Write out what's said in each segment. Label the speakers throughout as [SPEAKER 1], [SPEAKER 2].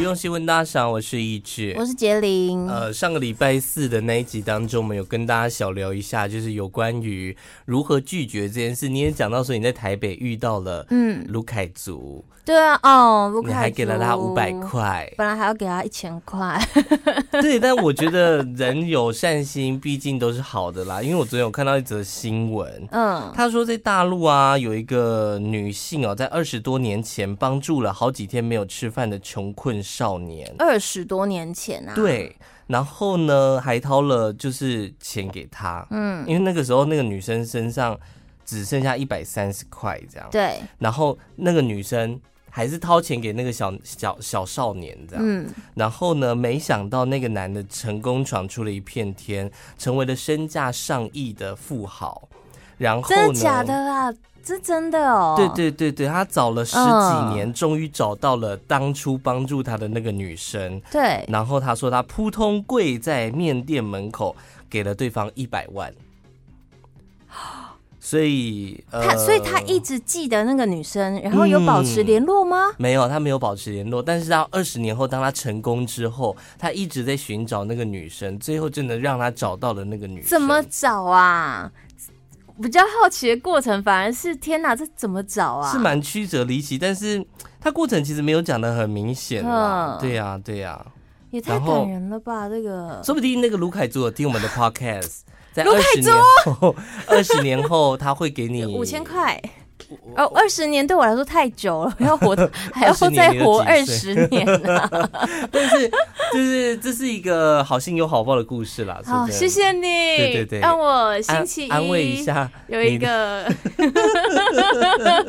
[SPEAKER 1] 用新闻大赏，我是一志。
[SPEAKER 2] 我是杰林。
[SPEAKER 1] 呃，上个礼拜四的那一集当中，我们有跟大家小聊一下，就是有关于如何拒绝这件事。你也讲到说你在台北遇到了
[SPEAKER 2] 嗯，
[SPEAKER 1] 卢凯族，
[SPEAKER 2] 对啊，哦，卢
[SPEAKER 1] 你
[SPEAKER 2] 凯
[SPEAKER 1] 还给了他
[SPEAKER 2] 族
[SPEAKER 1] 五百，块。
[SPEAKER 2] 本来还要给他一千块。
[SPEAKER 1] 对，但我觉得人有善心，毕竟都是好的 啦。因为我昨天有看到一则新闻，
[SPEAKER 2] 嗯，
[SPEAKER 1] 他说在大陆啊，有一个女性哦，在二十多年前帮助了好几天没有吃饭的穷困少年。
[SPEAKER 2] 二十多年前啊。，
[SPEAKER 1] 对，然后呢，还掏了就是钱给他，
[SPEAKER 2] 嗯，
[SPEAKER 1] 因为那个时候那个女生身上只剩下一百三十块这样，
[SPEAKER 2] 对，
[SPEAKER 1] 然后那个女生还是掏钱给那个小小小少年这样，
[SPEAKER 2] 嗯，
[SPEAKER 1] 然后呢，没想到那个男的成功闯出了一片天，成为了身价上亿的富豪，然后
[SPEAKER 2] 真
[SPEAKER 1] 呢？
[SPEAKER 2] 的假的啦？这真的哦。
[SPEAKER 1] 对。对对对，他找了十几
[SPEAKER 2] 嗯
[SPEAKER 1] 年，终于找到了当初帮助他的那个女生。
[SPEAKER 2] 对，
[SPEAKER 1] 然后他说他扑通跪在面店门口，给了对方一百万。所以，呃，
[SPEAKER 2] 他所以他一直记得那个女生，然后有保持
[SPEAKER 1] 嗯
[SPEAKER 2] 联络吗？
[SPEAKER 1] 没有，他没有保持联络。但是到二十年后，当他成功之后，他一直在寻找那个女生，最后真的让他找到了那个女生。
[SPEAKER 2] 怎么找啊？比较好奇的过程反而是天哪，这怎么找啊？
[SPEAKER 1] 是？蛮曲折离奇，但是他过程其实没有讲的很明显啦。
[SPEAKER 2] 嗯
[SPEAKER 1] 对呀、对呀、
[SPEAKER 2] 也太
[SPEAKER 1] 然后
[SPEAKER 2] 感人了吧！这个
[SPEAKER 1] 说不定那个卢凯族有听我们的 podcast，在
[SPEAKER 2] 卢
[SPEAKER 1] 二
[SPEAKER 2] 凯
[SPEAKER 1] 十年后，二十年后他会给你
[SPEAKER 2] 五千。块。哦，二十年对我来说太 久了，要活还要再活
[SPEAKER 1] 20
[SPEAKER 2] 二
[SPEAKER 1] 十
[SPEAKER 2] 十年啊！
[SPEAKER 1] 但是 就是这是一个好心有好报的故事啦。说
[SPEAKER 2] 好，
[SPEAKER 1] 真的
[SPEAKER 2] 哦谢谢你，
[SPEAKER 1] 对对对
[SPEAKER 2] 让我
[SPEAKER 1] 安
[SPEAKER 2] 星期一
[SPEAKER 1] 安慰一下你的，
[SPEAKER 2] 有一 个。
[SPEAKER 1] 对啊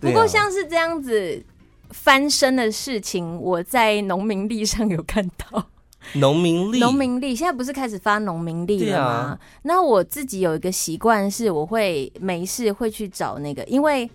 [SPEAKER 2] 不过像是这样子翻身的事情，我在农民历上有看到。
[SPEAKER 1] 农民力，
[SPEAKER 2] 农民历现在不是开始发农民历了吗？
[SPEAKER 1] 对啊
[SPEAKER 2] 那我自己有一个习惯是，我会没事会去找那个，因为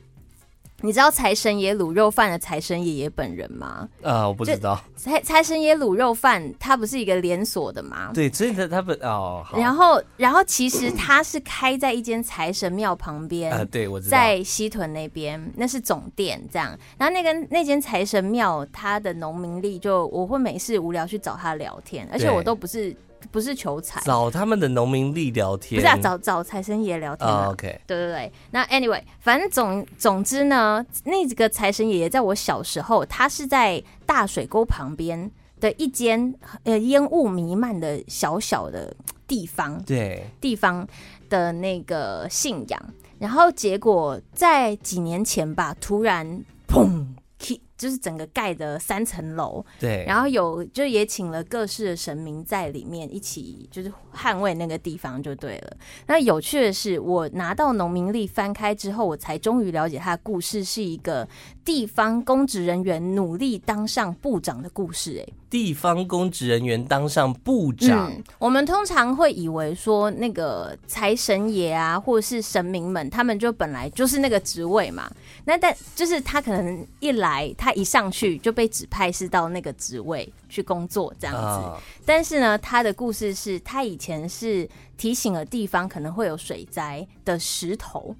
[SPEAKER 2] 你知道财神爷卤肉饭的财神爷爷本人吗？
[SPEAKER 1] 啊，我不知道。
[SPEAKER 2] 财财神爷卤肉饭，它不是一个连锁的吗？
[SPEAKER 1] 对，所以他他们哦，好
[SPEAKER 2] 啊然后，然后其实它是开在一间财神庙旁边，
[SPEAKER 1] 啊，对我知道，
[SPEAKER 2] 在西屯那边，那是总店这样。然后那个那间财神庙，它的农民历就我会没事无聊去找他聊天，而且
[SPEAKER 1] 对
[SPEAKER 2] 我都不是不是求财，
[SPEAKER 1] 找他们的农民力聊天，
[SPEAKER 2] 不是啊，找找财神爷聊天、啊。
[SPEAKER 1] 啊，OK，
[SPEAKER 2] 对对对，那 anyway，反正总总之呢，那几个财神爷爷在我小时候，他是在大水沟旁边的一间呃烟雾弥漫的小小的地方
[SPEAKER 1] 对，
[SPEAKER 2] 地方的那个信仰，然后结果在几年前吧，突然砰，起就是整个盖的三层楼，
[SPEAKER 1] 对，
[SPEAKER 2] 然后有就也请了各式的神明在里面一起，就是捍卫那个地方就对了。那有趣的是，我拿到农民历翻开之后，我才终于了解他的故事是一个地方公职人员努力当上部长的故事、欸。
[SPEAKER 1] 地方公职人员当上部长，
[SPEAKER 2] 嗯，我们通常会以为说那个财神爷啊，或者是神明们，他们就本来就是那个职位嘛。那但就是他可能一来，他一上去就被指派是到那个职位去工作这样子。
[SPEAKER 1] 啊，
[SPEAKER 2] 但是呢，他的故事是他以前是提醒了地方可能会有水灾的石头，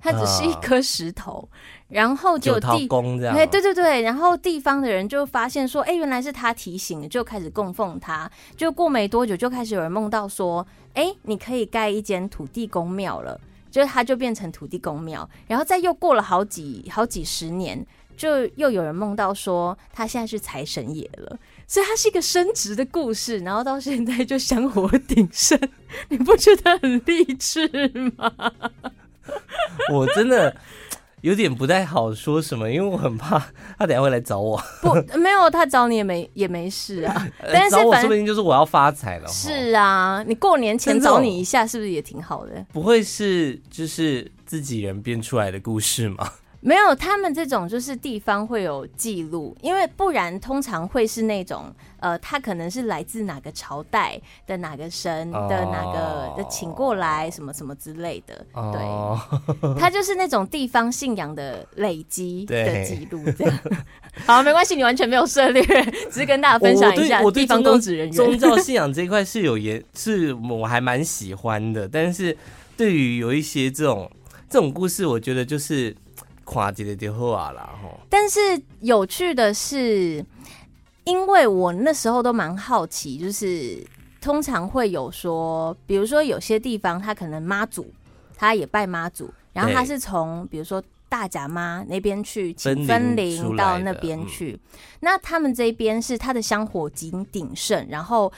[SPEAKER 2] 它只是一
[SPEAKER 1] 啊
[SPEAKER 2] 颗石头，然后就
[SPEAKER 1] 九套
[SPEAKER 2] 地。
[SPEAKER 1] 工这样，
[SPEAKER 2] 对对对对，然后地方的人就发现说，哎，原来是他提醒的，就开始供奉他。就过没多久，就开始有人梦到说，哎，你可以盖一间土地公庙了，就是他就变成土地公庙。然后再又过了好几好几十年，就又有人梦到说，他现在是财神爷了。所以它是一个升职的故事，然后到现在就香火鼎盛， 你不觉得很励志 吗？
[SPEAKER 1] 我真的有点不太好说什么，因为我很怕他等一下会来找我，
[SPEAKER 2] 不，没有他找你也没也没事啊。 但是
[SPEAKER 1] 找我
[SPEAKER 2] 反
[SPEAKER 1] 说不定就是我要发财了。哦，
[SPEAKER 2] 是啊，你过年前
[SPEAKER 1] 但是我
[SPEAKER 2] 找你一下，是不是也挺好的？
[SPEAKER 1] 不会是就是自己人编出来的故事吗？
[SPEAKER 2] 没有，他们这种就是地方会有记录，因为不然通常会是那种呃，他可能是来自哪个朝代的哪个神
[SPEAKER 1] 哦
[SPEAKER 2] 的哪个的请过来什么什么之类的，对。
[SPEAKER 1] 哦，
[SPEAKER 2] 它就是那种地方信仰的累积
[SPEAKER 1] 对
[SPEAKER 2] 的记录，这样。好，没关系，你完全没有涉猎，只是跟大家分享一下
[SPEAKER 1] 我我对我对
[SPEAKER 2] 地方
[SPEAKER 1] 宗教
[SPEAKER 2] 公 职人
[SPEAKER 1] 宗
[SPEAKER 2] 员。
[SPEAKER 1] 教信仰这一块是有也是我还蛮喜欢的，但是对于有一些这种这种故事，我觉得就是垮节的丢后啊啦吼。
[SPEAKER 2] 但是有趣的是，因为我那时候都蛮好奇，就是通常会有说，比如说有些地方他可能妈祖，他也拜妈祖，然后他
[SPEAKER 1] 对
[SPEAKER 2] 是从比如说大甲妈那边去请
[SPEAKER 1] 分
[SPEAKER 2] 分
[SPEAKER 1] 灵出
[SPEAKER 2] 灵
[SPEAKER 1] 来的
[SPEAKER 2] 到那边去，那他们这边是他的香火仅鼎盛，然后。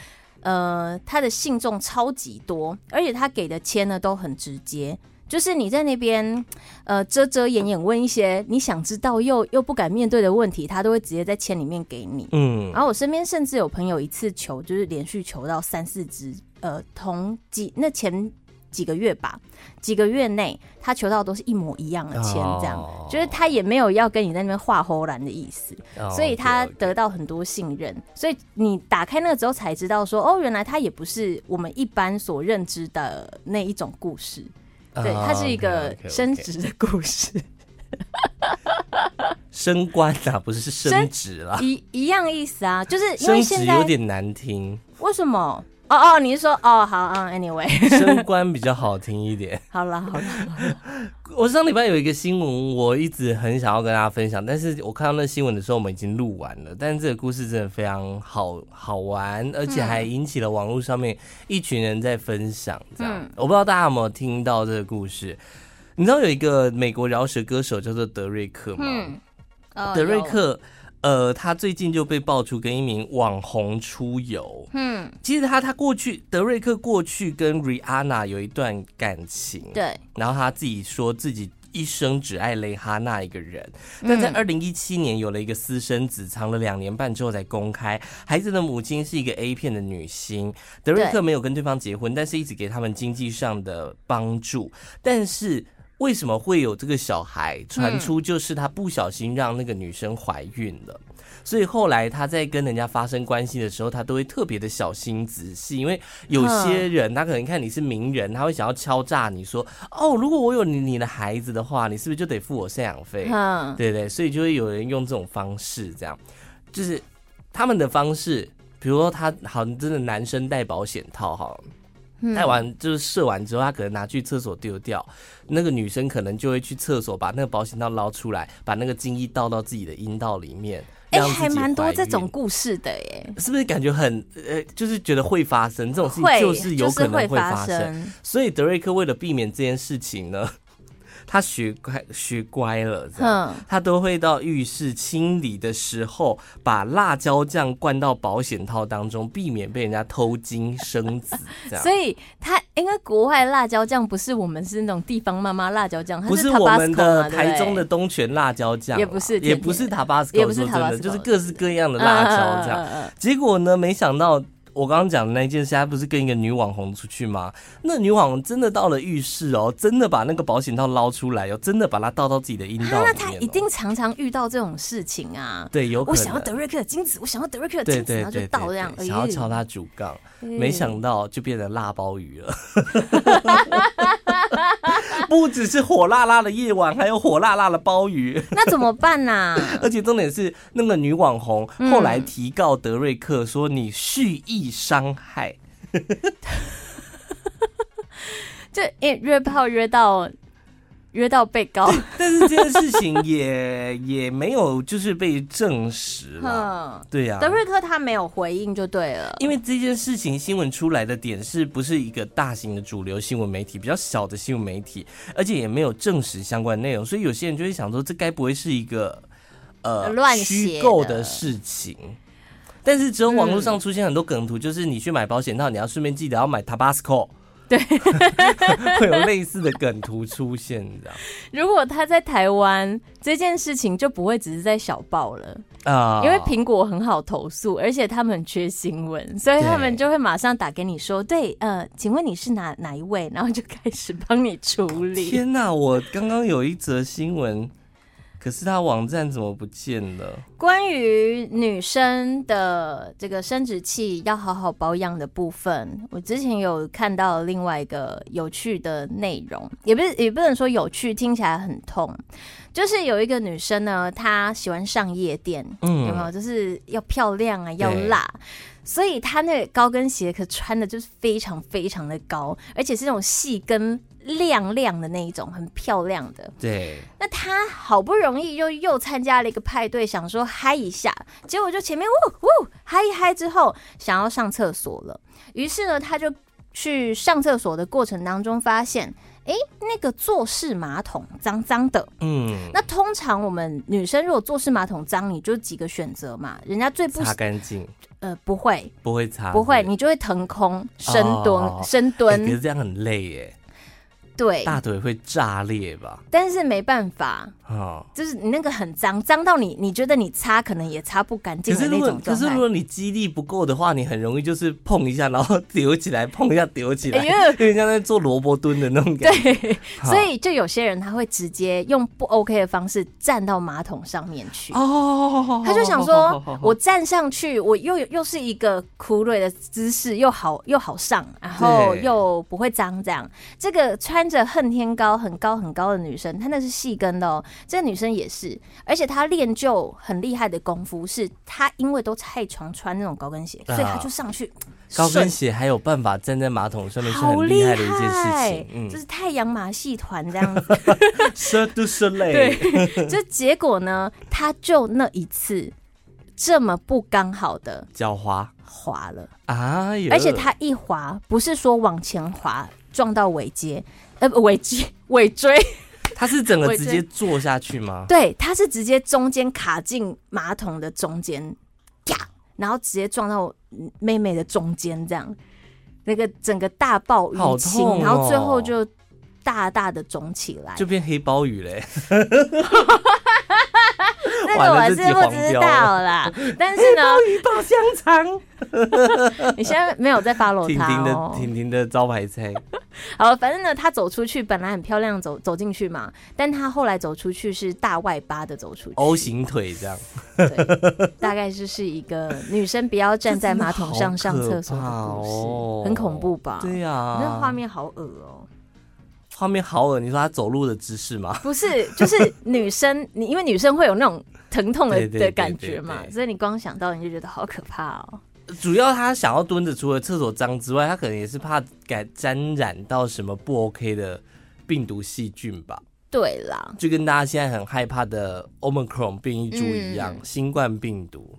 [SPEAKER 2] 呃，他的信众超级多，而且他给的签呢都很直接，就是你在那边呃遮遮掩掩问一些你想知道又又不敢面对的问题，他都会直接在签里面给你。
[SPEAKER 1] 嗯，
[SPEAKER 2] 然后我身边甚至有朋友一次求就是连续求到三四只，呃，同几那前几个月吧，几个月内他求到都是一模一样的签，这样、
[SPEAKER 1] 哦
[SPEAKER 2] 就是他也没有要跟你在那边画喉兰的意思，
[SPEAKER 1] 哦
[SPEAKER 2] 所以他
[SPEAKER 1] OK，OK
[SPEAKER 2] 得到很多信任。所以你打开那个之后才知道说，哦，原来他也不是我们一般所认知的那一种故事，对，
[SPEAKER 1] 哦
[SPEAKER 2] 它是一个
[SPEAKER 1] OK，OK，OK
[SPEAKER 2] 升职的故事。
[SPEAKER 1] 升官啊，不是升职啦，
[SPEAKER 2] 一一样意思啊，就是因为
[SPEAKER 1] 升
[SPEAKER 2] 现
[SPEAKER 1] 职
[SPEAKER 2] 在
[SPEAKER 1] 有点难 听，
[SPEAKER 2] 为什么？哦哦，你是说哦好啊、a n y w a y
[SPEAKER 1] 升官比较好听一点。
[SPEAKER 2] 好了好了，
[SPEAKER 1] 我上礼拜有一个新闻，我一直很想要跟大家分享，但是我看到那新闻的时候，我们已经录完了。但是这个故事真的非常好好玩，而且还引起了网络上面一群人在分享。这样，
[SPEAKER 2] 嗯
[SPEAKER 1] 我不知道大家有没有听到这个故事。你知道有一个美国饶舌歌手叫做德瑞克吗？
[SPEAKER 2] 嗯，哦
[SPEAKER 1] 德瑞，克，呃，他最近就被爆出跟一名网红出游。
[SPEAKER 2] 有嗯，
[SPEAKER 1] 其实他他过去德瑞克过去跟 Rihanna 有一段感情，
[SPEAKER 2] 对，
[SPEAKER 1] 然后他自己说自己一生只爱蕾哈娜一个人，但在二零一七年有了一个私生子，藏了两年半之后才公开。孩子的母亲是一个 A 片的女星，德瑞克没有跟对方结婚，但是一直给他们经济上的帮助，但是。为什么会有这个小孩？传出就是他不小心让那个女生怀孕了，所以后来他在跟人家发生关系的时候，他都会特别的小心仔细，因为有些人他可能看你是名人，他会想要敲诈你说，哦，如果我有你你的孩子的话，你是不是就得付我赡养费？
[SPEAKER 2] 嗯，
[SPEAKER 1] 对对，所以就会有人用这种方式，这样就是他们的方式，比如说他好像真的男生戴保险套好了。
[SPEAKER 2] 嗯
[SPEAKER 1] 戴完就是射完之后，他可能拿去厕所丢掉，那个女生可能就会去厕所把那个保险套捞出来，把那个精液倒到自己的阴道里面，
[SPEAKER 2] 哎、
[SPEAKER 1] 让自己
[SPEAKER 2] 还蛮多
[SPEAKER 1] 怀
[SPEAKER 2] 这种
[SPEAKER 1] 孕
[SPEAKER 2] 故事的耶，
[SPEAKER 1] 是不是感觉很呃，就是觉得会发生这种事情，
[SPEAKER 2] 会
[SPEAKER 1] 就是有可能
[SPEAKER 2] 会
[SPEAKER 1] 会发生。
[SPEAKER 2] 生，
[SPEAKER 1] 所以德瑞克为了避免这件事情呢， 他学乖学乖了，这样
[SPEAKER 2] 嗯，
[SPEAKER 1] 他都会到浴室清理的时候，把辣椒酱灌到保险套当中，避免被人家偷精生 子，这样
[SPEAKER 2] 所。以他应该国外辣椒酱不是我们是那种地方妈妈辣椒酱，它
[SPEAKER 1] 不
[SPEAKER 2] 是
[SPEAKER 1] 我们
[SPEAKER 2] Tabasco 嘛
[SPEAKER 1] 的台中的，东泉辣椒酱啦，啊
[SPEAKER 2] 也不是
[SPEAKER 1] 也
[SPEAKER 2] 甜
[SPEAKER 1] 不是
[SPEAKER 2] 甜的
[SPEAKER 1] Tabasco，
[SPEAKER 2] 也不是
[SPEAKER 1] 说真的
[SPEAKER 2] Tabasco，
[SPEAKER 1] 就是各式各样
[SPEAKER 2] 嗯
[SPEAKER 1] 的辣椒这样。
[SPEAKER 2] 样，
[SPEAKER 1] 结果呢，没想到我刚刚讲的那件事，他不是跟一个女网红出去吗？那女网红真的到了浴室哦，真的把那个保险套捞出来哦，真的把它倒到自己的阴道里面、哦
[SPEAKER 2] 啊那他一定常常遇到这种事情啊。
[SPEAKER 1] 对，有可能。
[SPEAKER 2] 我想要德瑞克的精子，我想要德瑞克的
[SPEAKER 1] 对
[SPEAKER 2] 精子，
[SPEAKER 1] 对
[SPEAKER 2] 然后
[SPEAKER 1] 对
[SPEAKER 2] 就
[SPEAKER 1] 对
[SPEAKER 2] 倒这样，
[SPEAKER 1] 对想要
[SPEAKER 2] 哎
[SPEAKER 1] 敲他主杠，
[SPEAKER 2] 嗯
[SPEAKER 1] 没想到就变成辣鲍鱼了。 不只是火辣辣的夜晚，还有火辣辣的鲍鱼。
[SPEAKER 2] 那怎么办呐、
[SPEAKER 1] 而且重点是，那个女网红后
[SPEAKER 2] 嗯
[SPEAKER 1] 来提告德瑞克说你蓄意伤害。
[SPEAKER 2] 就因为约炮约到约到被告，
[SPEAKER 1] 但是这件事情也 也没有就是被证实了，
[SPEAKER 2] 嗯，
[SPEAKER 1] 对呀、
[SPEAKER 2] 德瑞克他没有回应就对了，
[SPEAKER 1] 因为这件事情新闻出来的点是不是一个大型的主流新闻媒体，比较小的新闻媒体，而且也没有证实相关内容，所以有些人就会想说，这该不会是一个呃
[SPEAKER 2] 乱写
[SPEAKER 1] 虚
[SPEAKER 2] 的
[SPEAKER 1] 构的事情？但是只有网络上出现很多梗图，就是你去买保险套，你要顺便记得要买 Tabasco，
[SPEAKER 2] 对，
[SPEAKER 1] 会有类似的梗图出现，你知道
[SPEAKER 2] 如果他在台湾这件事情就不会只是在小报了，
[SPEAKER 1] 啊？
[SPEAKER 2] 因为苹果很好投诉，而且他们很缺新闻，所以他们就会马上打给你说，对，呃，请问你是哪哪一位，然后就开始帮你处理。
[SPEAKER 1] 天呐，我刚刚有一则新闻，可是它网站怎么不见了？
[SPEAKER 2] 关于女生的这个生殖器要好好保养的部分，我之前有看到另外一个有趣的内容，也不是也不能说有趣，听起来很痛。就是有一个女生呢，她喜欢上夜店，有没
[SPEAKER 1] 嗯，
[SPEAKER 2] 有？就是要漂亮啊，要辣，所以她那个高跟鞋可穿的就是非常非常的高，而且是那种细跟亮亮的那一种，很漂亮的。
[SPEAKER 1] 对，
[SPEAKER 2] 那他好不容易又又参加了一个派对，想说嗨一下，结果就前面呜呜嗨一嗨之后，想要上厕所了。于是呢，他就去上厕所的过程当中发现，诶，那个坐式马桶脏脏的。
[SPEAKER 1] 嗯，
[SPEAKER 2] 那通常我们女生如果坐式马桶脏，你就几个选择嘛，人家最不
[SPEAKER 1] 擦干净
[SPEAKER 2] 呃不会
[SPEAKER 1] 不会擦，
[SPEAKER 2] 不会，你就会腾空深蹲、
[SPEAKER 1] 哦
[SPEAKER 2] 深
[SPEAKER 1] 哎可
[SPEAKER 2] 蹲，
[SPEAKER 1] 是这样很累耶，
[SPEAKER 2] 对，
[SPEAKER 1] 大腿会炸裂吧？
[SPEAKER 2] 但是没办法，
[SPEAKER 1] 哦，
[SPEAKER 2] 就是你那个很脏，脏到你你觉得你擦可能也擦不干
[SPEAKER 1] 可
[SPEAKER 2] 净
[SPEAKER 1] 是
[SPEAKER 2] 的那
[SPEAKER 1] 如果
[SPEAKER 2] 种
[SPEAKER 1] 可
[SPEAKER 2] 状
[SPEAKER 1] 是如
[SPEAKER 2] 态。
[SPEAKER 1] 果你肌力不够的话，你很容易就是碰一下，然后丢起来，碰一下丢起来，
[SPEAKER 2] 哎
[SPEAKER 1] 有点像在做萝卜蹲的那种感觉。
[SPEAKER 2] 对，
[SPEAKER 1] 好
[SPEAKER 2] 所以就有些人他会直接用不 OK 的方式站到马桶上面去，
[SPEAKER 1] 哦，
[SPEAKER 2] 他就想说，我站上去，我又又是一个枯萎的姿势，又好又好上，然后
[SPEAKER 1] 对
[SPEAKER 2] 又不会脏，这样。这个穿着恨天高很高很高的女生，她那是细跟的哦，这个女生也是，而且她练就很厉害的功夫，是她因为都太常穿那种高跟鞋，
[SPEAKER 1] 啊
[SPEAKER 2] 所以她就上去嗯
[SPEAKER 1] 高跟
[SPEAKER 2] 顺
[SPEAKER 1] 鞋还有办法站在马桶上面是
[SPEAKER 2] 好
[SPEAKER 1] 很厉
[SPEAKER 2] 厉
[SPEAKER 1] 害的一件事情
[SPEAKER 2] 害，，
[SPEAKER 1] 嗯
[SPEAKER 2] 就，是太阳马戏团这样 子。
[SPEAKER 1] 是都是累，
[SPEAKER 2] 对， 就结果呢，她就那一次这么不刚好的
[SPEAKER 1] 脚滑，
[SPEAKER 2] 滑了。
[SPEAKER 1] 哎呦，
[SPEAKER 2] 而且他一滑，不是说往前滑撞到尾阶，呃，不尾阶 尾 椎，
[SPEAKER 1] 他是整个
[SPEAKER 2] 我
[SPEAKER 1] 直
[SPEAKER 2] 真
[SPEAKER 1] 接坐下去吗？
[SPEAKER 2] 对，他是直接中间卡进马桶的中间，呀，然后直接撞到嗯妹妹的中间，这样，那个整个大爆淤青，
[SPEAKER 1] 好痛哦
[SPEAKER 2] 然后最后就大大的肿起来。
[SPEAKER 1] 就变黑鲍鱼嘞，
[SPEAKER 2] 那
[SPEAKER 1] 完
[SPEAKER 2] 个我
[SPEAKER 1] 了
[SPEAKER 2] 是
[SPEAKER 1] 自己
[SPEAKER 2] 不
[SPEAKER 1] 黄
[SPEAKER 2] 知
[SPEAKER 1] 标
[SPEAKER 2] 道啦，但是呢，
[SPEAKER 1] 鱼爆香 肠，
[SPEAKER 2] 你现在没有在 follow
[SPEAKER 1] 婷
[SPEAKER 2] 他
[SPEAKER 1] 婷的
[SPEAKER 2] 哦。
[SPEAKER 1] 婷婷的招牌 菜，
[SPEAKER 2] 好，反正呢，她走出去本来很漂亮走走进去嘛，但她后来走出去是大外八的走出去
[SPEAKER 1] O 型腿这样，
[SPEAKER 2] 对，大概就是一个女生不要站在马桶上上厕所的故事，
[SPEAKER 1] 哦
[SPEAKER 2] 很恐怖吧？
[SPEAKER 1] 对啊呀、
[SPEAKER 2] 啊那画面好恶哦、
[SPEAKER 1] 画面好恶，你说他走路的姿势吗？
[SPEAKER 2] 不是，就是女生，你因为女生会有那种疼痛的
[SPEAKER 1] 对对对
[SPEAKER 2] 的感觉嘛
[SPEAKER 1] 对对，对
[SPEAKER 2] 所以你光想到你就觉得好可怕哦、
[SPEAKER 1] 主要他想要蹲着，除了厕所脏之外，他可能也是怕感沾染到什么不 OK 的病毒细菌吧，
[SPEAKER 2] 对啦，
[SPEAKER 1] 就跟大家现在很害怕的 Omicron 变异株一样，
[SPEAKER 2] 嗯
[SPEAKER 1] 新冠病毒。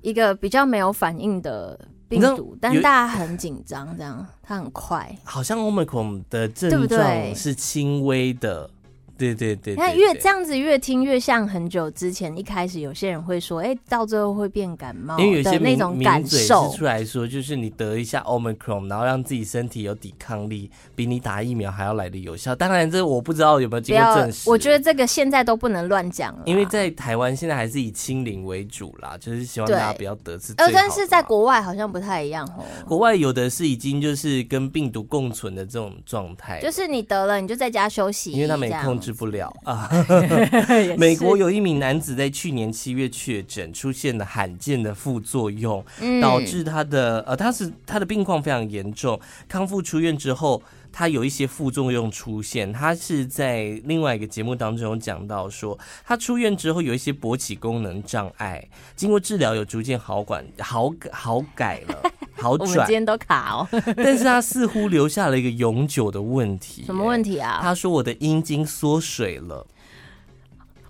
[SPEAKER 2] 一个比较没有反应的病
[SPEAKER 1] 你知
[SPEAKER 2] 毒
[SPEAKER 1] 道，
[SPEAKER 2] 但
[SPEAKER 1] 有
[SPEAKER 2] 大家很紧张，这样它很快。
[SPEAKER 1] 好像 Omicron 的
[SPEAKER 2] 对
[SPEAKER 1] 症
[SPEAKER 2] 不
[SPEAKER 1] 状
[SPEAKER 2] 对
[SPEAKER 1] 是轻微的，对对对对
[SPEAKER 2] 你看，越
[SPEAKER 1] 对
[SPEAKER 2] 这样子越听越像很久之前一开始有些人会说，哎、到最后会变感冒
[SPEAKER 1] 因为有些
[SPEAKER 2] 的那
[SPEAKER 1] 名
[SPEAKER 2] 种
[SPEAKER 1] 名
[SPEAKER 2] 感
[SPEAKER 1] 嘴是
[SPEAKER 2] 受。
[SPEAKER 1] 出来说，就是你得一下 Omicron，然后让自己身体有抵抗力，比你打疫苗还要来的有效。当然，这我不知道有没有
[SPEAKER 2] 不
[SPEAKER 1] 经过
[SPEAKER 2] 要
[SPEAKER 1] 证，实。
[SPEAKER 2] 我觉得这个现在都不能乱讲了，
[SPEAKER 1] 因为。在台湾现在还是以清零为主啦，就是希望大家
[SPEAKER 2] 对
[SPEAKER 1] 不要得是最
[SPEAKER 2] 呃
[SPEAKER 1] 好，的嘛。
[SPEAKER 2] 但是在国外好像不太一样哦，
[SPEAKER 1] 国外有的是已经就是跟病毒共存的这种状态，
[SPEAKER 2] 就是你得了你就在家休息，
[SPEAKER 1] 因为他们
[SPEAKER 2] 这
[SPEAKER 1] 也
[SPEAKER 2] 样
[SPEAKER 1] 控 制不了啊。
[SPEAKER 2] 也是
[SPEAKER 1] 美国有一名男子在去年七月确诊，出现了罕见的副作用，
[SPEAKER 2] 嗯
[SPEAKER 1] 导致他的呃，他是他的病况非常严重，康复出院之后。他有一些副作用出现，他是在另外一个节目当中有讲到说，他出院之后有一些勃起功能障碍，经过治疗有逐渐好管好好改了，好
[SPEAKER 2] 我们今
[SPEAKER 1] 转，
[SPEAKER 2] 天都卡哦，
[SPEAKER 1] 但是他似乎留下了一个永久的问题。
[SPEAKER 2] 什么问？题啊？
[SPEAKER 1] 他说我的阴茎缩水了。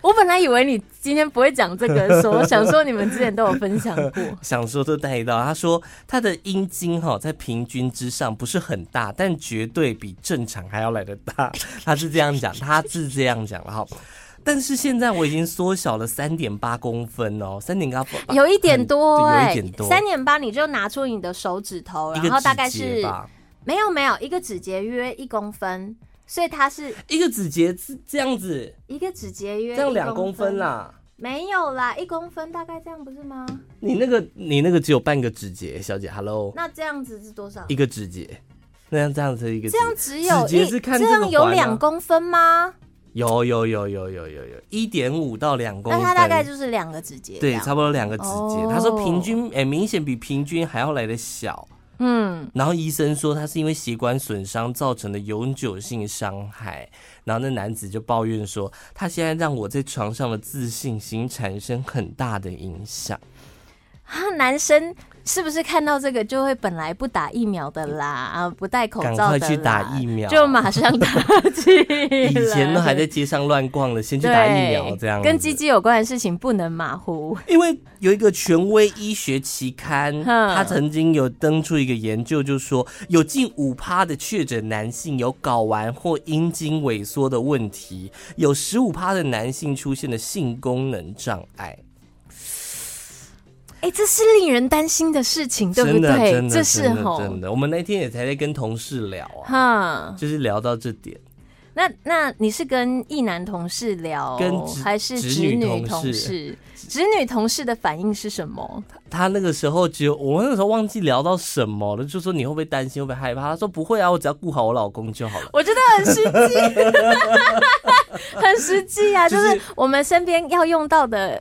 [SPEAKER 2] 我本来以为你今天不会讲这个，说 我想说你们之前都有分享 过，
[SPEAKER 1] 想说都带到。他说他的阴茎哈在平均之上不是很大，但绝对比正常还要来得大。他是这样讲，他是这样讲的哈。但是现在我已经缩小了三点八公分哦，三点八
[SPEAKER 2] 有一点多
[SPEAKER 1] 很对
[SPEAKER 2] 哎
[SPEAKER 1] 有一点，多
[SPEAKER 2] 三点八你就拿出你的手指头，
[SPEAKER 1] 一
[SPEAKER 2] 然
[SPEAKER 1] 个
[SPEAKER 2] 后大概
[SPEAKER 1] 指节
[SPEAKER 2] 是
[SPEAKER 1] 吧，
[SPEAKER 2] 没有没有一个指节约一公分，所以它是
[SPEAKER 1] 一个指节是这样子，
[SPEAKER 2] 一个指节约
[SPEAKER 1] 这样
[SPEAKER 2] 一
[SPEAKER 1] 两公分啊
[SPEAKER 2] 啦。
[SPEAKER 1] 啦。
[SPEAKER 2] 没有啦，一公分大概这样不是吗？
[SPEAKER 1] 你那个你那个只有半个指节，小姐，hello，
[SPEAKER 2] 那这样子是多少
[SPEAKER 1] 一？个指节，那样这样子一个指
[SPEAKER 2] 这样只
[SPEAKER 1] 指
[SPEAKER 2] 有
[SPEAKER 1] 节
[SPEAKER 2] 一，
[SPEAKER 1] 是看
[SPEAKER 2] 这
[SPEAKER 1] 这个
[SPEAKER 2] 样有
[SPEAKER 1] 环啊
[SPEAKER 2] 两公分吗？
[SPEAKER 1] 有有有有有有有一点五到两公
[SPEAKER 2] 那
[SPEAKER 1] 分，
[SPEAKER 2] 它大概就是两个指节。
[SPEAKER 1] 对，，差不多两个指节。
[SPEAKER 2] 哦
[SPEAKER 1] 他说平均，哎、明显比平均还要来的小。
[SPEAKER 2] 嗯，
[SPEAKER 1] 然后医生说他是因为血管损伤造成的永久性伤害。然后那男子就抱怨说，他现在让我在床上的自信心产生很大的影响。
[SPEAKER 2] 啊，男生是不是看到这个就会本来不打疫苗的啦，啊，不戴口罩的啦，
[SPEAKER 1] 赶快去打疫苗
[SPEAKER 2] 就马上 打去了。
[SPEAKER 1] 以前都还在街上乱逛了，先去打疫苗
[SPEAKER 2] 对
[SPEAKER 1] 这样子。
[SPEAKER 2] 跟鸡鸡有关的事情不能马虎。
[SPEAKER 1] 因为有一个权威医学期刊，
[SPEAKER 2] 哼
[SPEAKER 1] 他曾经有登出一个研究，就说有近五趴的确诊男性有睾丸或阴茎萎缩的问题，有十五趴的男性出现了性功能障碍。
[SPEAKER 2] 哎、这是令人担心的事情，对不
[SPEAKER 1] 真的，真
[SPEAKER 2] 对？
[SPEAKER 1] 的，
[SPEAKER 2] 这是
[SPEAKER 1] 真的
[SPEAKER 2] 吼，
[SPEAKER 1] 真的。我们那天也才在跟同事聊啊，
[SPEAKER 2] 哈。
[SPEAKER 1] 就是聊到这点，
[SPEAKER 2] 那那你是跟异男同事聊，
[SPEAKER 1] 跟直
[SPEAKER 2] 还是
[SPEAKER 1] 直
[SPEAKER 2] 直
[SPEAKER 1] 女
[SPEAKER 2] 女
[SPEAKER 1] 同
[SPEAKER 2] 同事？直女同事的反应是什么？
[SPEAKER 1] 他那个时候只有我那个时候忘记聊到什么了，就说你会不会担心，会不会害怕？他说不会啊，我只要顾好我老公就好了。
[SPEAKER 2] 我觉得 很实际，很实际啊，就是我们身边要用到的。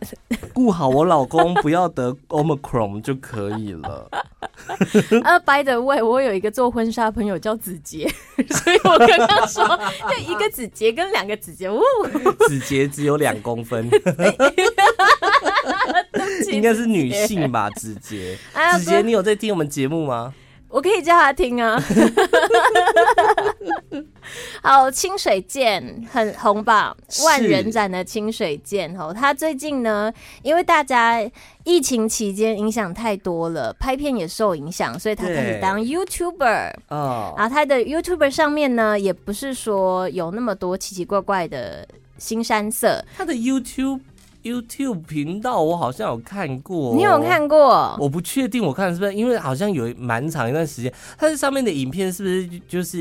[SPEAKER 1] 顾好我老公，不要得 Omicron 就可以 了。
[SPEAKER 2] 呃，by the way，我有一个做婚纱的朋友叫子杰， 所以我刚刚说，就一个子杰跟两个子杰，呜，
[SPEAKER 1] 子杰只有两公分，
[SPEAKER 2] 其
[SPEAKER 1] 应
[SPEAKER 2] 实
[SPEAKER 1] 该是女性吧？子杰
[SPEAKER 2] 哎，呀
[SPEAKER 1] 子杰，
[SPEAKER 2] 不
[SPEAKER 1] 你有在听我们节目吗？
[SPEAKER 2] 我可以叫他听啊。 好，清水剑很红吧？
[SPEAKER 1] 是
[SPEAKER 2] 万人展的清水剑哦，他最近呢，因为大家疫情期间影响太多了，拍片也受影响，所以他开始
[SPEAKER 1] 对
[SPEAKER 2] 当 YouTuber。
[SPEAKER 1] 啊，
[SPEAKER 2] 然后他的 YouTuber 上面呢，也不是说有那么多奇奇怪怪的新山色，
[SPEAKER 1] 他的 YouTube YouTube 频道我好像有看过，哦
[SPEAKER 2] 你有？看过？
[SPEAKER 1] 我不确定，我看是不是因为好像有蛮长一段时间，他在上面的影片是不是就是，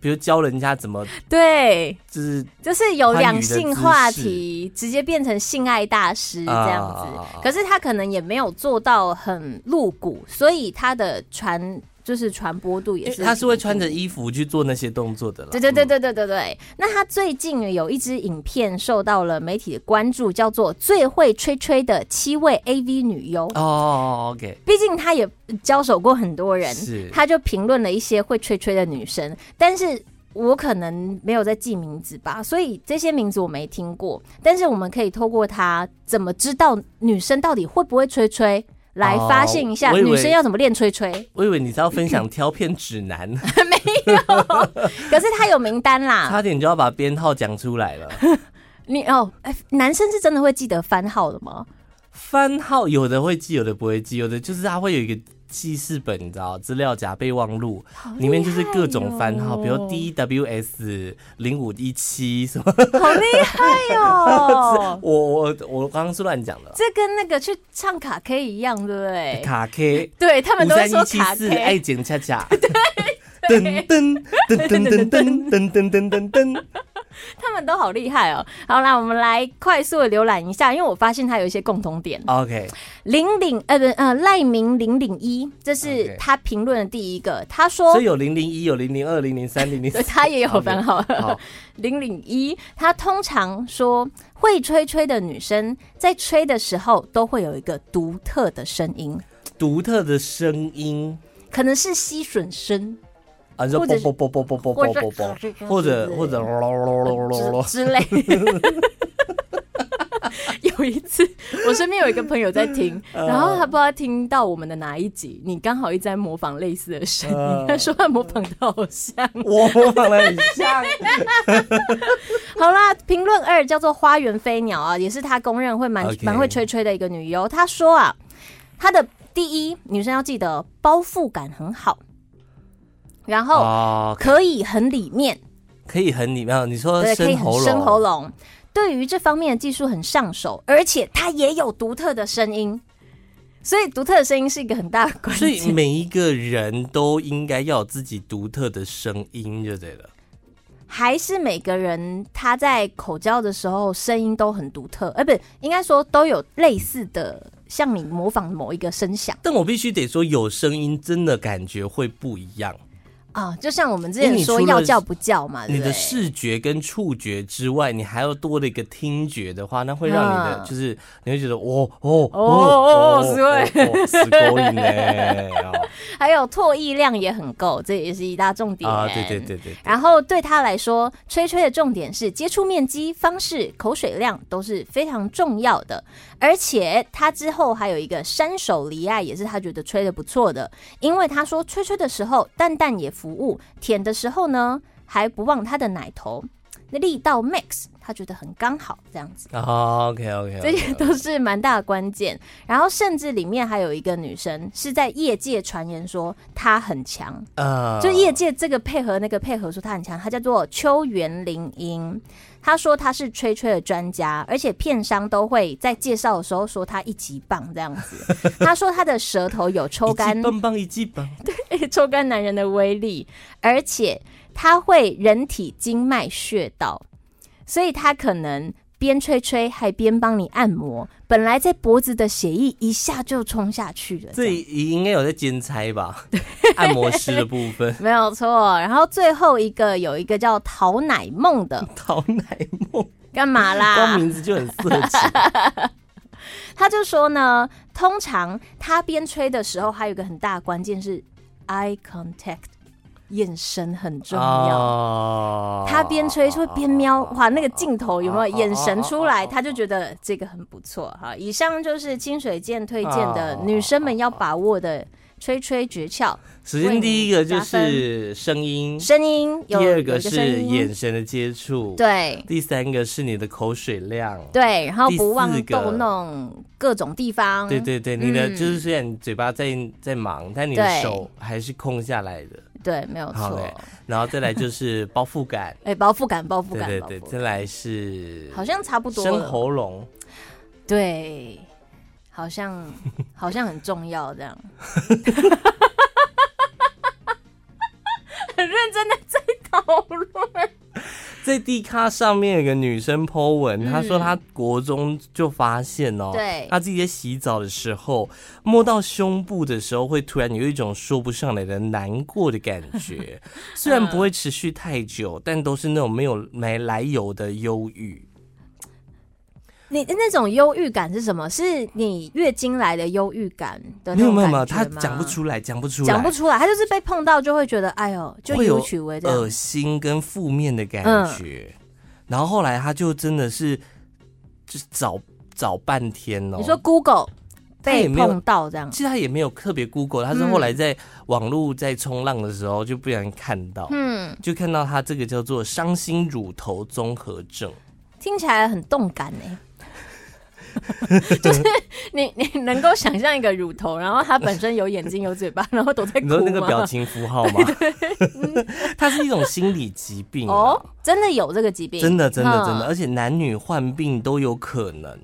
[SPEAKER 1] 比如教人家怎么
[SPEAKER 2] 对，
[SPEAKER 1] 就是
[SPEAKER 2] 就是有两性话题，直接变成性爱大师这样子。
[SPEAKER 1] 啊
[SPEAKER 2] 可是他可能也没有做到很露骨，所以他的传就是传播度也
[SPEAKER 1] 因为
[SPEAKER 2] 是。
[SPEAKER 1] 他是会穿着。衣服去做那些动作的啦。
[SPEAKER 2] 对对对
[SPEAKER 1] 嗯，
[SPEAKER 2] 对对对对。那他最近有一支影片受到了媒体的关注，叫做《最会吹吹的七位 AV 女优》。
[SPEAKER 1] 哦，OK，
[SPEAKER 2] 毕竟他也交手过很多人，
[SPEAKER 1] 是
[SPEAKER 2] 他就评论了一些会吹吹的女生，但是我可能没有在记名字吧，所以这些名字我没听过。但是我们可以透过他怎么知道女生到底会不会吹吹，来
[SPEAKER 1] 哦
[SPEAKER 2] 发现一下
[SPEAKER 1] 我以为
[SPEAKER 2] 女生要怎么练吹吹。
[SPEAKER 1] 我以为你是要分 享挑片指南，
[SPEAKER 2] 可是他有名单啦，
[SPEAKER 1] 差点就要把编号讲出来了。
[SPEAKER 2] 你哦，哎男生是真的会记得番号的 吗？
[SPEAKER 1] 番号有的会记，有的不会记，有的就是它会有一个记事本，你知道，资料夹备忘录里面就是各种番号，比如
[SPEAKER 2] 哦
[SPEAKER 1] DWS 零五一七什么。
[SPEAKER 2] 好厉害
[SPEAKER 1] 我
[SPEAKER 2] 哦！
[SPEAKER 1] 我我刚刚是乱讲的啦。
[SPEAKER 2] 这跟那个去唱卡 K 一样，对不对？
[SPEAKER 1] 卡 K
[SPEAKER 2] 对哎他们
[SPEAKER 1] 五
[SPEAKER 2] 都
[SPEAKER 1] 三
[SPEAKER 2] 会说
[SPEAKER 1] 一七
[SPEAKER 2] 卡
[SPEAKER 1] 四
[SPEAKER 2] K，
[SPEAKER 1] 爱剪恰 恰。噔噔噔噔噔噔噔噔噔噔噔，
[SPEAKER 2] 他们都好厉害哦。好啦，我们来快速的浏览一下，因为我发现它有一些共同点。
[SPEAKER 1] OK，
[SPEAKER 2] 零零呃不呃赖明零零一，这是
[SPEAKER 1] OK
[SPEAKER 2] 他评论的第一个。他说
[SPEAKER 1] 所以，有零零一，有零零二，零零三，零零
[SPEAKER 2] 哦对 他也有番号
[SPEAKER 1] 好，
[SPEAKER 2] 零零一。他通常说，会吹吹的女生在吹的时候都会有一个独特的声音，
[SPEAKER 1] 独特的声音
[SPEAKER 2] 可能是吸吮声
[SPEAKER 1] 啊，就
[SPEAKER 2] 或者
[SPEAKER 1] 啵
[SPEAKER 2] 是
[SPEAKER 1] 啵啵啵啵啵啵啵啵，或者或者
[SPEAKER 2] 之之类的。有一次，我身边有一个朋友在听，然后他不知道听到我们的哪一集，你刚好一直在模仿类似的声音
[SPEAKER 1] 呃，
[SPEAKER 2] 他说他模仿的好像。
[SPEAKER 1] 我模仿了很像，
[SPEAKER 2] 好啦，评论二叫做花园飞鸟啊，也是他公认会蛮
[SPEAKER 1] OK
[SPEAKER 2] 蛮会吹吹的一个女优。她说啊，她的第一女生要记得包覆感很好，然后
[SPEAKER 1] 哦，
[SPEAKER 2] 可以很里面，
[SPEAKER 1] 可以很里面，你说
[SPEAKER 2] 对，可以
[SPEAKER 1] 生
[SPEAKER 2] 很
[SPEAKER 1] 喉
[SPEAKER 2] 深喉
[SPEAKER 1] 咙，
[SPEAKER 2] 咙。对于这方面的技术很上手，而且它也有独特的声音，所以独特的声音是一个很大的关
[SPEAKER 1] 所以
[SPEAKER 2] 键。
[SPEAKER 1] 每一个人都应该要有自己独特的声音，就对了。
[SPEAKER 2] 还是每个人他在口交的时候声音都很独特，呃，不，应该说都有类似的，像你模仿某一个声响
[SPEAKER 1] 但我必须得说，有声音真的感觉会不一样。
[SPEAKER 2] 啊，就像我们之
[SPEAKER 1] 因为
[SPEAKER 2] 前
[SPEAKER 1] 你
[SPEAKER 2] 说
[SPEAKER 1] 除了
[SPEAKER 2] 要叫不叫嘛，对
[SPEAKER 1] 你
[SPEAKER 2] 不对
[SPEAKER 1] 的视觉跟触觉之外，你还要多了一个听觉的话，那会让你的
[SPEAKER 2] 嗯
[SPEAKER 1] 就是你会觉得哦哦
[SPEAKER 2] 哦哦
[SPEAKER 1] 死
[SPEAKER 2] 死鬼
[SPEAKER 1] 死勾引嘞哦
[SPEAKER 2] 还有唾液量也很够，这也是一大重点。
[SPEAKER 1] 啊！对对。对对，对
[SPEAKER 2] 然后对他来说，吹吹的重点是接触面积、方式、口水量都是非常重要的。而且他之后还有一个山手离爱，也是他觉得吹的不错的，因为他说吹吹的时候，蛋蛋也服务，舔的时候呢，还不忘他的奶头，那力道 mix，他觉得很刚好这样子。
[SPEAKER 1] 啊，OK OK，
[SPEAKER 2] 这些都是蛮大的关键。然后甚至里面还有一个女生是在业界传言说她很强，
[SPEAKER 1] 啊
[SPEAKER 2] 就业界这个配合那个配合说她很强，她叫做秋元玲英。她说她是吹吹的专家，而且片商都会在介绍的时候说她一级棒这样 子。她说她的舌头有抽干
[SPEAKER 1] 一记棒棒一记棒，
[SPEAKER 2] 抽干男人的威力，而且它会人体经脉穴道，所以它可能边吹吹还边帮你按摩，本来在脖子的血液一下就冲下去了。
[SPEAKER 1] 这
[SPEAKER 2] 样
[SPEAKER 1] 应该有在兼差 吧？按摩师的部分，
[SPEAKER 2] 没有错。然后最后一个有一个叫桃奶梦的，
[SPEAKER 1] 桃奶梦，
[SPEAKER 2] 干嘛
[SPEAKER 1] 光
[SPEAKER 2] 啦？
[SPEAKER 1] 名字就很色情。
[SPEAKER 2] 他就说呢，通常他边吹的时候，还有一个很大的关键是 eye contact，眼神很 重要。
[SPEAKER 1] 哦
[SPEAKER 2] 他边吹会边瞄，哇，那个镜头有没有眼神出来？他就觉得这个很不错哈。以上就是清水健推荐的
[SPEAKER 1] 哦
[SPEAKER 2] 女生们要把握的吹吹诀窍：
[SPEAKER 1] 首先第一个就
[SPEAKER 2] 为
[SPEAKER 1] 是声音，
[SPEAKER 2] 声音，
[SPEAKER 1] 第
[SPEAKER 2] 有
[SPEAKER 1] 二
[SPEAKER 2] 有
[SPEAKER 1] 个
[SPEAKER 2] 一声
[SPEAKER 1] 是
[SPEAKER 2] 音
[SPEAKER 1] 眼神的接触，，
[SPEAKER 2] 对
[SPEAKER 1] 第三个是你的口水量，
[SPEAKER 2] 对，然后
[SPEAKER 1] 第
[SPEAKER 2] 不
[SPEAKER 1] 四
[SPEAKER 2] 忘
[SPEAKER 1] 个
[SPEAKER 2] 逗弄各种地方，
[SPEAKER 1] 对对对，你的
[SPEAKER 2] 嗯
[SPEAKER 1] 就是虽然你嘴巴在在忙，但你的
[SPEAKER 2] 对
[SPEAKER 1] 手还是空下来的，
[SPEAKER 2] 对没有
[SPEAKER 1] 好
[SPEAKER 2] 错。
[SPEAKER 1] 嘞然后再来就是包覆感，
[SPEAKER 2] 哎，包覆感，包覆
[SPEAKER 1] 对
[SPEAKER 2] 感，
[SPEAKER 1] 对
[SPEAKER 2] 包
[SPEAKER 1] 对，
[SPEAKER 2] 覆
[SPEAKER 1] 再
[SPEAKER 2] 感，
[SPEAKER 1] 来是
[SPEAKER 2] 好像差不多
[SPEAKER 1] 生
[SPEAKER 2] 了。
[SPEAKER 1] 喉咙，
[SPEAKER 2] 对，好像 好像很重要 这样。很认真的在讨论，
[SPEAKER 1] 在 D 咖上面有个女生 Po 文，她说
[SPEAKER 2] 嗯
[SPEAKER 1] 她国中就发现哦，
[SPEAKER 2] 对
[SPEAKER 1] 她自己在洗澡的时候摸到胸部的时候，会突然有一种说不上来的难过的感 觉，虽然不会持续太久，但都是那种没有没来由的忧郁。
[SPEAKER 2] 你那种忧郁感是什么？是你月经来的忧郁感的
[SPEAKER 1] 没
[SPEAKER 2] 那
[SPEAKER 1] 有
[SPEAKER 2] 种
[SPEAKER 1] 没有
[SPEAKER 2] 感
[SPEAKER 1] 没有，
[SPEAKER 2] 觉
[SPEAKER 1] 她
[SPEAKER 2] 吗
[SPEAKER 1] 讲不，出来，讲不出来，
[SPEAKER 2] 讲不出来，他就是被碰到就会觉得，哎呦，就
[SPEAKER 1] 会
[SPEAKER 2] 以
[SPEAKER 1] 有
[SPEAKER 2] 物取为这
[SPEAKER 1] 恶
[SPEAKER 2] 样。
[SPEAKER 1] 心跟负面的感
[SPEAKER 2] 嗯
[SPEAKER 1] 觉。然后后来她就真的是就是找找半天哦，
[SPEAKER 2] 你说 Google
[SPEAKER 1] 他也
[SPEAKER 2] 被
[SPEAKER 1] 没有
[SPEAKER 2] 碰到这样，
[SPEAKER 1] 其实他也没有特别 Google，他是后来在网络在冲浪的时候就不小心看到，
[SPEAKER 2] 嗯，
[SPEAKER 1] 就看到他这个叫做伤心乳头综合症。
[SPEAKER 2] 听起来很动感呢、 就是你你能够想象一个乳头，然后它本身有眼睛有嘴巴，然后都在哭
[SPEAKER 1] 你
[SPEAKER 2] 吗
[SPEAKER 1] 说那个表情符号 吗？ 它是一种心理疾病、
[SPEAKER 2] 哦
[SPEAKER 1] 哦，，
[SPEAKER 2] 真的有这个疾病，
[SPEAKER 1] 真的真的
[SPEAKER 2] 嗯
[SPEAKER 1] 真的，而且男女患病都有可能。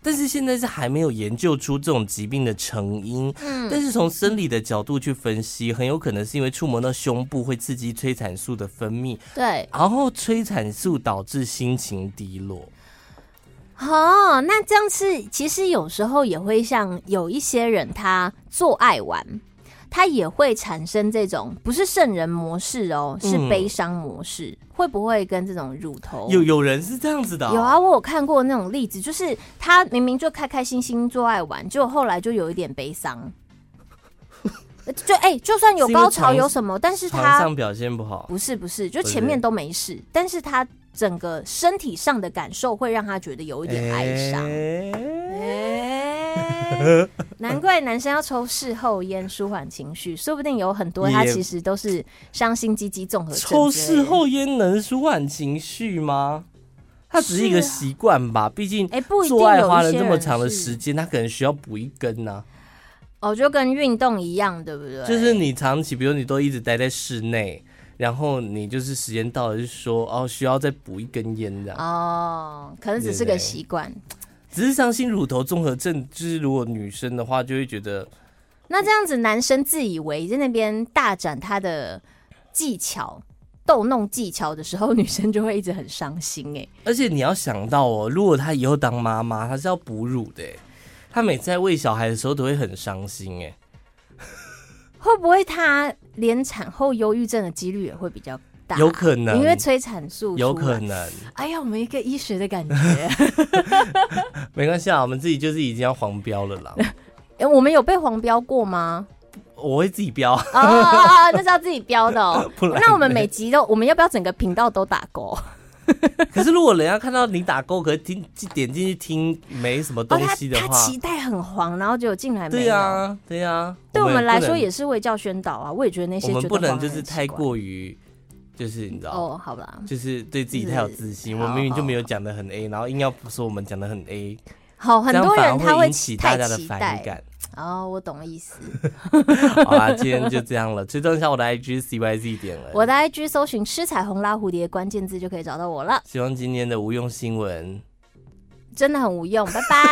[SPEAKER 1] 但是现在是还没有研究出这种疾病的成因，但
[SPEAKER 2] 嗯，
[SPEAKER 1] 是从生理的角度去分析，很有可能是因为触摸到胸部会刺激催产素的分泌，
[SPEAKER 2] 对，
[SPEAKER 1] 然后催产素导致心情低落。
[SPEAKER 2] 哦，那这样是其实有时候也会像有一些人他做爱完，他也会产生这种不是圣人模式哦，是
[SPEAKER 1] 嗯
[SPEAKER 2] 悲伤模式，会不会跟这种乳头
[SPEAKER 1] 有有人是这样子的、
[SPEAKER 2] 哦
[SPEAKER 1] 哦
[SPEAKER 2] 有啊，，我有看过那种例子，就是他明明就开开心心做爱玩，结果后来就有一点 悲伤。就哎、就算有
[SPEAKER 1] 是因为
[SPEAKER 2] 高潮
[SPEAKER 1] 床
[SPEAKER 2] 有什么，但是
[SPEAKER 1] 场
[SPEAKER 2] 他
[SPEAKER 1] 上表现不好，
[SPEAKER 2] 不是不是，就
[SPEAKER 1] 不
[SPEAKER 2] 前
[SPEAKER 1] 是
[SPEAKER 2] 面都没事，但是他整个身体上的感受会让他觉得有一点哀伤。
[SPEAKER 1] 哎
[SPEAKER 2] 哎难怪男生要抽事后烟舒缓情绪，说不定有很多他
[SPEAKER 1] 也
[SPEAKER 2] 其实都是伤心积极综合症之类的。
[SPEAKER 1] 抽事后烟能舒缓情绪吗？它只是一个
[SPEAKER 2] 是啊
[SPEAKER 1] 习惯吧，毕竟
[SPEAKER 2] 哎、不一定
[SPEAKER 1] 做爱
[SPEAKER 2] 有
[SPEAKER 1] 花
[SPEAKER 2] 一
[SPEAKER 1] 了
[SPEAKER 2] 些
[SPEAKER 1] 这
[SPEAKER 2] 人
[SPEAKER 1] 么长的
[SPEAKER 2] 是
[SPEAKER 1] 时间，它可能需要补一根呐、
[SPEAKER 2] 哦，就跟运动一样，对不对？
[SPEAKER 1] 就是你长期，比如你都一直待在室内，然后你就是时间到了就说哦，需要再补一根烟这样。
[SPEAKER 2] 哦，可能只
[SPEAKER 1] 对
[SPEAKER 2] 是个
[SPEAKER 1] 不对
[SPEAKER 2] 习惯。
[SPEAKER 1] 只是伤心乳头综合症，就是如果女生的话，就会觉得
[SPEAKER 2] 那这样子，男生自以为在那边大展他的技巧、逗弄技巧的时候， 女生就会一直很伤心、欸。
[SPEAKER 1] 而且你要想到哦，如果她以后当妈妈，她是要欸哺乳的欸，她每次在喂小孩的时候都会很伤心哎。
[SPEAKER 2] 会不会他连产后忧郁症的几率也会比较大？
[SPEAKER 1] 有可能
[SPEAKER 2] 因为催产素出
[SPEAKER 1] 有可
[SPEAKER 2] 来。
[SPEAKER 1] 能，
[SPEAKER 2] 哎呀，我们一个医学的感觉，
[SPEAKER 1] 没关系啊，我们自己就是已经要黄标了 啦。
[SPEAKER 2] 哎我们有被黄标过吗？
[SPEAKER 1] 我会自己标，
[SPEAKER 2] 哦哦哦，哦那是要自己标的哦
[SPEAKER 1] 不。然
[SPEAKER 2] 那我们每集都，我们要不要整个频道都打勾？
[SPEAKER 1] 可是如果人家看到你打勾，可是听点进去听没什么
[SPEAKER 2] 哦，
[SPEAKER 1] 东
[SPEAKER 2] 他
[SPEAKER 1] 西的
[SPEAKER 2] 他
[SPEAKER 1] 话，
[SPEAKER 2] 期待很黄，然后结果进来没有。
[SPEAKER 1] 对呀、啊，对呀、啊，
[SPEAKER 2] 对我们来
[SPEAKER 1] 不
[SPEAKER 2] 说
[SPEAKER 1] 能
[SPEAKER 2] 也是为教宣导啊。我也觉得那些
[SPEAKER 1] 我们
[SPEAKER 2] 觉得
[SPEAKER 1] 不能
[SPEAKER 2] 黄
[SPEAKER 1] 就
[SPEAKER 2] 人
[SPEAKER 1] 是
[SPEAKER 2] 很
[SPEAKER 1] 太
[SPEAKER 2] 奇怪
[SPEAKER 1] 过于，就是你知道，
[SPEAKER 2] 哦，好吧，
[SPEAKER 1] 就是对自己太有自信。我明明就没有讲的很 A，然后硬要说我们讲的很 A，
[SPEAKER 2] 好，很
[SPEAKER 1] 这样
[SPEAKER 2] 多
[SPEAKER 1] 反而
[SPEAKER 2] 人他会
[SPEAKER 1] 引起
[SPEAKER 2] 期
[SPEAKER 1] 大
[SPEAKER 2] 太
[SPEAKER 1] 家的
[SPEAKER 2] 期
[SPEAKER 1] 反
[SPEAKER 2] 待。
[SPEAKER 1] 感。
[SPEAKER 2] 哦，我懂意思。
[SPEAKER 1] 好啦，今天就这样了，追踪一下我的 IG CYZ 点了。
[SPEAKER 2] 我的 IG 搜寻“吃彩虹拉蝴蝶”关键字就可以找到我了，
[SPEAKER 1] 希望今天的无用新闻。
[SPEAKER 2] 真的很无用，拜拜。